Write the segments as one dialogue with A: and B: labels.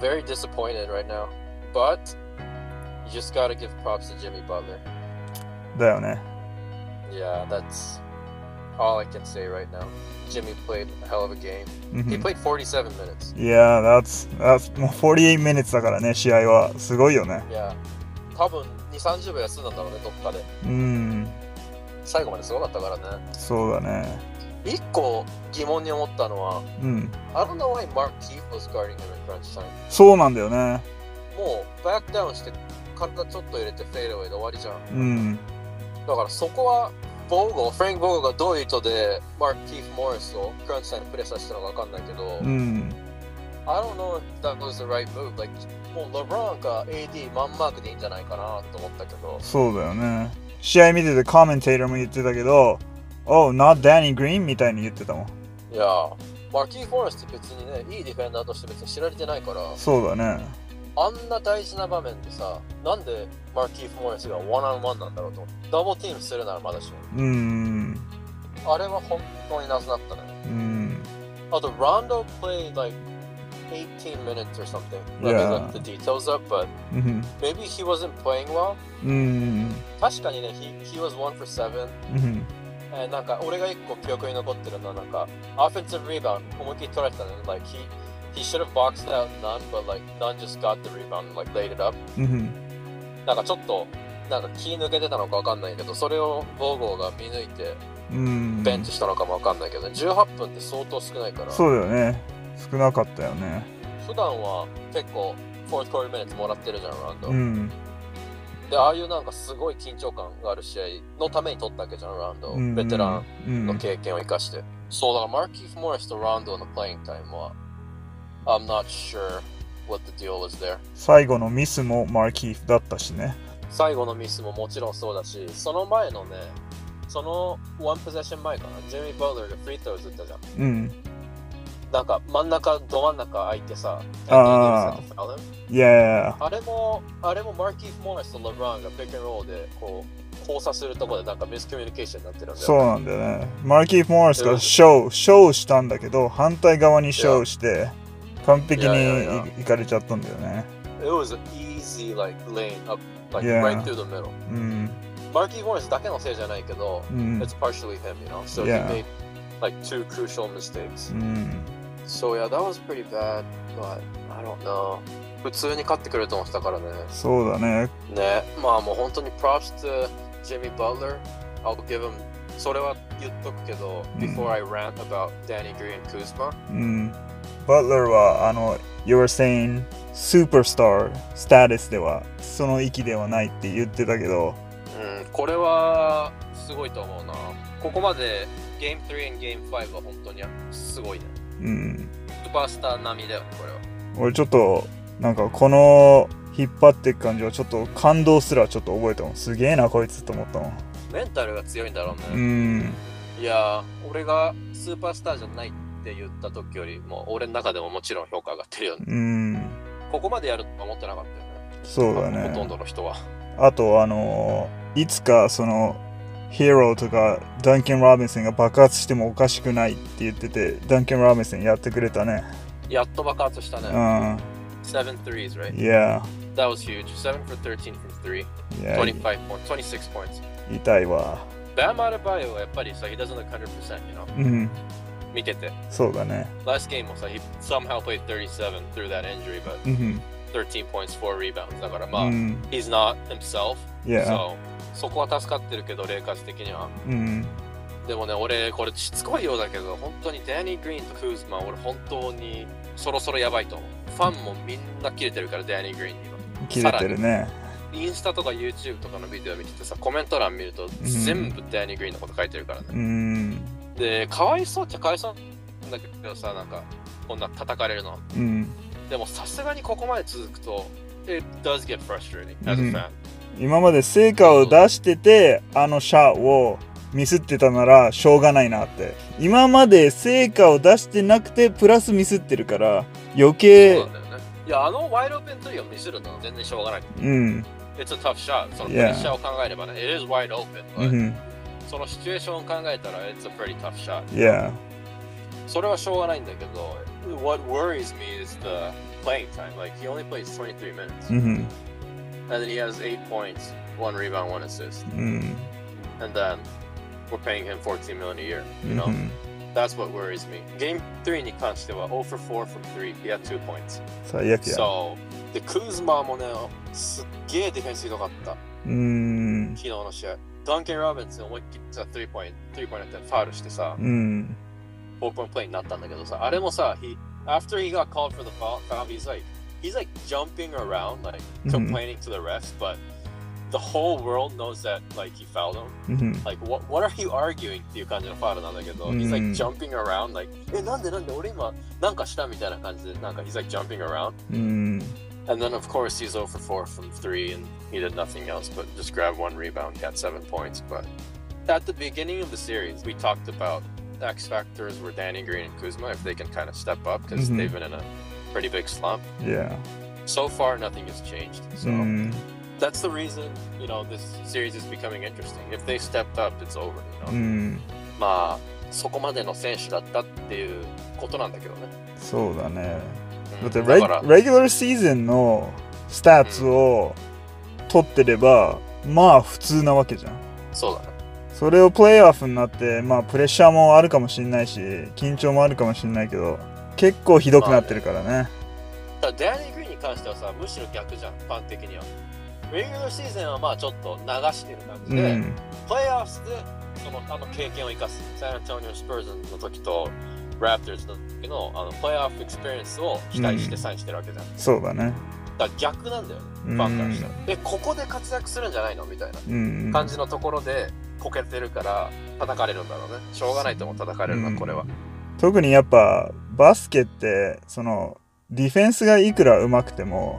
A: very disappointed right now, but you just gotta give props to Jimmy Butler.
B: だよね。
A: Yeah, that's all I can say right now. Jimmy played a hell of a game.
B: うん
A: He played 47 minutes.
B: いやー、that's, that's もう48 minutes だからね、試合は。すごいよね。
A: Yeah. 多分2、30秒休んだんだろうね、どっかで。
B: うん、
A: 最後まですごかったからね。
B: そうだね。
A: 1個疑問に思ったのは、
B: うん、
A: I don't know why Mark Keith was guarding him in crunch time.
B: そうなんだよね。
A: もうバックダウンして体ちょっと入れてフェイドウェイで終わりじゃん。
B: うん、
A: だからそこはボーゴ、フランク・ボーゴがどういう意図でマーク・キーフ・モーリスをクランチタイムにプレーさせたのかわかんないけど、
B: うん、
A: I don't know if that was the right move. Like, もうレブロンか AD マンマークでいいんじゃないかなと思ったけど、
B: そうだよね。試合見ててコメンテーターも言ってたけど、Oh, not Danny Green みたいに言ってたもん。
A: いやー、マーキー・フォーレスって別にね、いいディフェンダーとして別に知られてないから、
B: そうだね。
A: あんな大事な場面でさ、なんでマーキー・フォーレスがワンアンワンなんだろうと。ダブルティームするならまだしも。
B: うん、
A: あれは本当に謎だったね。
B: うん、
A: Oh, the Rondo played like 18 minutes or something. Let me
B: Yeah.
A: look the details up, but
B: うん、
A: maybe he wasn't playing well.
B: うん、
A: 確かにね、he, he was one for seven.
B: うん、
A: And なんか俺が一個記憶に残ってるのはなんか、オフェンスリバウンド思いっきり取られてたのね。Like he, he should have boxed out none, but like none just got the rebound and like laid it up.
B: うん、
A: なんかちょっと、なんか気抜けてたのかわかんないけど、それをボーゴーが見抜いて
B: うん。
A: ベンチしたのかもわかんないけど、18分って相当少ないから。
B: そうだよね。少なかったよね。
A: 普段は結構フォースコールメンツもらってるじゃんラウンド、
B: うん、
A: でああいうなんかすごい緊張感がある試合のために取ったわけじゃんラウンド、
B: うん、
A: ベテラ
B: ン
A: ンの経験を生かして、そうだからマーキー・モーレスとラウンドのプレイングタイムは I'm not sure what the deal is there
B: 最後のミスもマーキーフだったしね。
A: 最後のミスももちろんそうだしその前のねそのワンポゼッション前かなジェミー・バウダーがフリートを打ったじゃん
B: うん。
A: なんか真ん中ど真ん中空いてさ
B: あー
A: Anthony Davis had to foul him
B: いや
A: あれも、あれもマーキー・モーレスとレブランがピックンロールでこう交差するところでなんかミスコミュニケーションになってるんだよ。
B: そうなんだよね。マーキーフ・モーリスがショー、ショーしたんだけど、反対側にショーして、完
A: い
B: 璧
A: やいやいや
B: にいいかれちゃったんだよね。
A: It was an easy like lane up, like
B: Yeah.
A: right through the middle.
B: うん。
A: マーキー・モーレスだけのせいじゃないけど、
B: うん。
A: It's partially him, you know? So
B: Yeah.
A: he made like two crucial mistakes.
B: うん。
A: So yeah, that was pretty bad, but I don't know. 普通に勝ってくれると思ってたからね。
B: そうだね。
A: ね、まあもう本当に props to Jimmy Butler. I'll give him それは言っとくけど、
B: うん
A: before I rant about Danny Green and Kuzma.
B: うん。バトラーは、あの、You were saying superstar status では、その域ではないって言ってたけど、
A: うん、これはすごいと思うな。ここまでゲーム3 and ゲーム5は本当にすごいね。
B: うん。
A: スーパースター並みだよね、これは。
B: 俺ちょっとなんかこの引っ張っていく感じはちょっと感動すらちょっと覚えたもんすげえなこいつと思ったもん
A: メンタルが強いんだろう
B: う
A: ね。
B: ん
A: いやー、俺がスーパースターじゃないって言った時よりも、俺の中でももちろん評価上がってるよね。
B: うん
A: ここまでやるとは思ってなかったよね。
B: そうだ
A: ほとん
B: ね
A: どの人は。
B: あとあのいつかそのヒーローとかダンケン・ロビンソンが爆発してもおかしくないって言っててダンケン・ロビンソンやってくれたね
A: やっと爆発したね。
B: うん
A: 7 threes, right?
B: いや
A: That was huge. 7 for 13 from 3.
B: いや
A: 25 points, 26 points.
B: 痛いわ
A: Bam Adebayo はやっぱりさ、he doesn't look 100%, you know?
B: うん
A: 見てて。
B: そうだね
A: Last game was like he somehow played 37 through that injury, but
B: うん
A: 13 points, four rebounds. だから
B: う
A: まあ、
B: ん
A: he's not himself.
B: いや
A: So そこは助かってるけど、レイカーズ的には。
B: うん
A: でもね、俺、これしつこいようだけど、本当にダニー・グリーンとクーズマン、俺本当にそろそろやばいと思う。ファンもみんな切れてるから、ダニー・グリーンには。
B: 切れてるね
A: インスタとか YouTube とかのビデオ見ててさ、コメント欄見ると、
B: ん
A: 全部ダニー・グリーンのこと書いてるからね。
B: うん
A: で、かわいそうっちゃかわいそうなんだけどさ、なんか、こんな叩かれるの。
B: うん
A: でもさすがにここまで続くと、it does get frustrating as a
B: うん
A: fan、
B: 今まで成果を出しててあのシャアをミスってたならしょうがないなって今まで成果を出してなくてプラスミスってるから余計
A: そうなんだよね。いや、あのワイドオープントリーを見せるのは全然しょうがない。
B: うん、
A: It's a tough shot. そのプ
B: Yeah
A: レッシャーを考えればね、it is wide open、
B: うんうん
A: そのシチュエーションを考えたら、it's a pretty tough shot.
B: いや
A: それはしょうがないんだけど、what worries me is the playing time. Like he only plays 23 minutes,
B: うん、
A: and then he has eight points, one rebound, one assist,
B: うん、
A: and then we're paying him 14 million a year.
B: う
A: You
B: ん
A: know, that's what worries me. Game three, Nikanstewa, 0 for 4 from three. He had two points.
B: 最悪や。
A: So the Kuzma もね、すっげえディフェンスひどかった。
B: うーん、
A: 昨日の試合。ダンケン・ロビンス思いっきりさ、3ポイント、3ポイントってファウルしてさ、
B: うん、
A: 4ポイントプレイになったんだけどさ、あれもさ、he, after he got called for the foul, foul, he's like, he's like jumping around, like
B: うん
A: complaining to the refs, but the whole world knows that like he fouled him.
B: うん、
A: Like, what, what are you arguing? っていう感じのファウルなんだけど、
B: うん
A: he's like jumping around, like, え、なんでなんで俺今、なんかしたみたいな感じで、なんか he's like jumping around.
B: うん、
A: And then, of course, he's 0 for 4 from 3, and he did nothing else but just grab one rebound. He had seven points. But at the beginning of the series, we talked about the X factors were Danny Green and Kuzma, if they can kind of step up, because
B: Mhm.
A: they've been in a pretty big slump.
B: yeah,
A: So far, nothing has changed. So
B: うん、
A: that's the reason, you know, this series is becoming interesting. If they stepped up, it's over, you
B: う
A: know.
B: ん、
A: まあ、そこまでの選手だったっていうことなんだけどね。
B: そうだね。
A: う
B: だ
A: ん
B: って
A: だ
B: レ、
A: から、
B: レギュラーシーズンのスタッツを取ってれば、まあ普通なわけじゃん。
A: そうだね。
B: それをプレイオフになって、まあプレッシャーもあるかもしれないし、緊張もあるかもしれないけど、結構ひどくなってるからね。
A: ただデアニー・グリーンに関してはさむしろ逆じゃんファン的にはレギュラーシーズンはまあちょっと流してる感じ
B: う
A: で、
B: ん、
A: プレーオフでそのあの経験を生かすサンアントニオ・スパーズの時とラプターズの時のあのプレーオフエクスペリエンスを期待してサインしてるわけじゃん、
B: そうだね。
A: だから逆なんだよね
B: う
A: フ
B: ん
A: ァンからしたら、えここで活躍するんじゃないのみたいな
B: うん、
A: 感じのところでこけてるから叩かれるんだろうねしょうがないとも叩かれる
B: うん
A: なこれは、
B: 特にやっぱバスケってそのディフェンスがいくら上手くても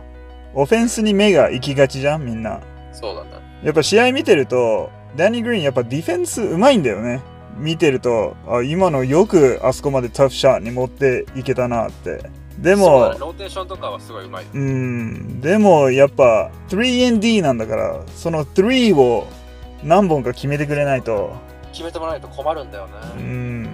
B: オフェンスに目が行きがちじゃんみんな
A: そうだね
B: やっぱ試合見てるとダニー・グリーンやっぱディフェンス上手いんだよね見てるとあ今のよくあそこまでタフシャーに持っていけたなってで
A: そうだ
B: も
A: ねローテーションとかはすごいうまいよ
B: うんでもやっぱ 3&D なんだからその3を何本か決めてくれないと
A: 決めてもらわないと困るんだよね、
B: うん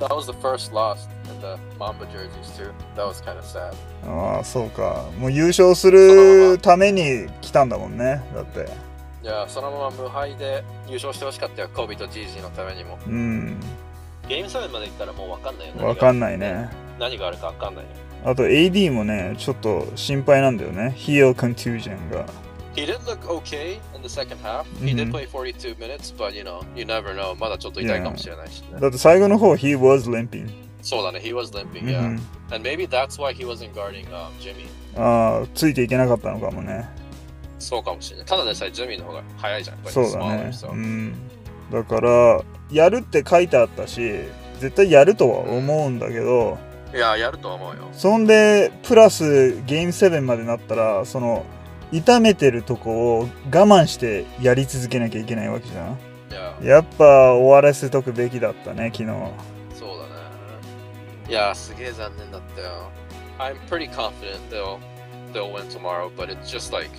A: That was the first loss in the Mamba jerseys too. That was kind of sad.
B: ああそうかもう優勝するために来たんだもんねだって
A: いや、そのまま無敗で優勝してほしかったよ、コビとジージーのためにも。
B: うん
A: ゲーム7まで行ったらもう分かんないよね。
B: わかんないね
A: 何があるか分かんないよ。
B: あと AD もねちょっと心配なんだよね heel contusion が
A: He did look okay in the second half. He did
B: Mhm.
A: play 42 minutes, but you know, you never know. まだちょっと痛いかもしれないし、ね。
B: だって最後の方 he was limping
A: そうだね、he was limping,
B: う
A: yeah.
B: ん
A: And maybe that's why he wasn't guarding、um, Jimmy.
B: ああついていけなかったのかもね
A: そうかもしれない。ただでさえジミーの方が早いじゃん。こ
B: そうだね
A: smaller, so
B: うんだからやるって書いてあったし絶対やるとは思うんだけど、
A: いや、やると思うよ。
B: そんでプラスゲーム7までなったらその痛めてるとこを我慢してやり続けなきゃいけないわけじゃん
A: いや。
B: やっぱ終わらせとくべきだったね昨日
A: そうだね。いやー、すげえ残念だったよ。I'm pretty confident they'll, they'll win tomorrow, but it just like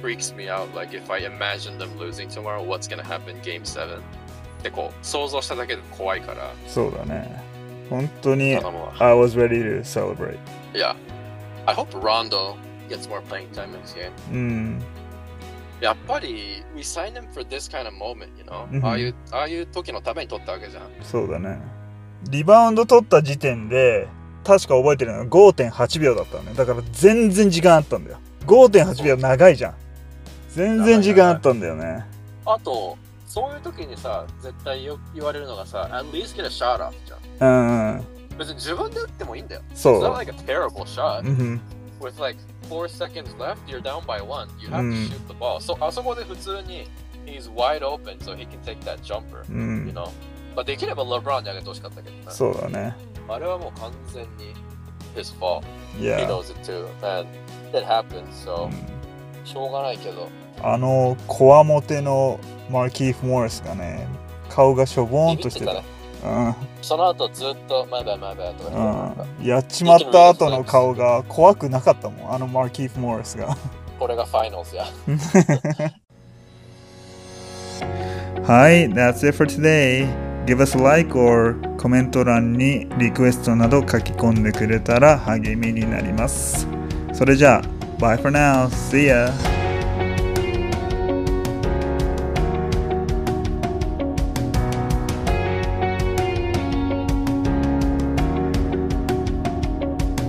A: freaks me out. Like, if I imagine them losing tomorrow, what's gonna happen game 7? ってこう、想像しただけで怖いから、
B: そうだね本当に
A: 頼
B: I
A: むわ。
B: was ready to celebrate
A: いや、I hope Rondo gets more playing time next game.
B: うん
A: やっぱり、we signed him for this kind of moment, you know?
B: うん
A: ああいう、ああいう時のために取ったわけじゃん。
B: そうだねリバウンド取った時点で確か覚えてるのが5.8秒だったのねだから全然時間あったんだよ5.8秒長いじゃん全然時間あったんだよね
A: あと、そういう時にさ、絶対よ言われるのがさ、at least get a shot off じゃん。
B: うんうん
A: 別に自分で打ってもいいんだよ。
B: そ
A: It's
B: う
A: not like a terrible shot.
B: うん
A: With like four seconds left, you're down by one. You have to
B: うん
A: shoot the ball. So あそこで普通に he's wide open so he can take that jumper.
B: うん
A: You know? まあできれば LeBron に上げてほしかったけどな。
B: そうだね。
A: あれはもう完全に his fault.
B: い
A: He
B: や、
A: knows it too. And it happened. So しょうがないけど。
B: あの、こわもてのマーキーフ・モーリスがね、顔がしょぼーんとして
A: ビビ
B: た
A: って。
B: うん、
A: たねその後ずっと My bad, my bad とか言ってなんか
B: うん。やっちまった後の顔が怖くなかったもん、あのマーキーフ・モーリスが。
A: これがファイナルズや。
B: はい、That's it for today. Give us a like or コメント欄にリクエストなど書き込んでくれたら励みになります。それじゃあ、Bye for now. See ya.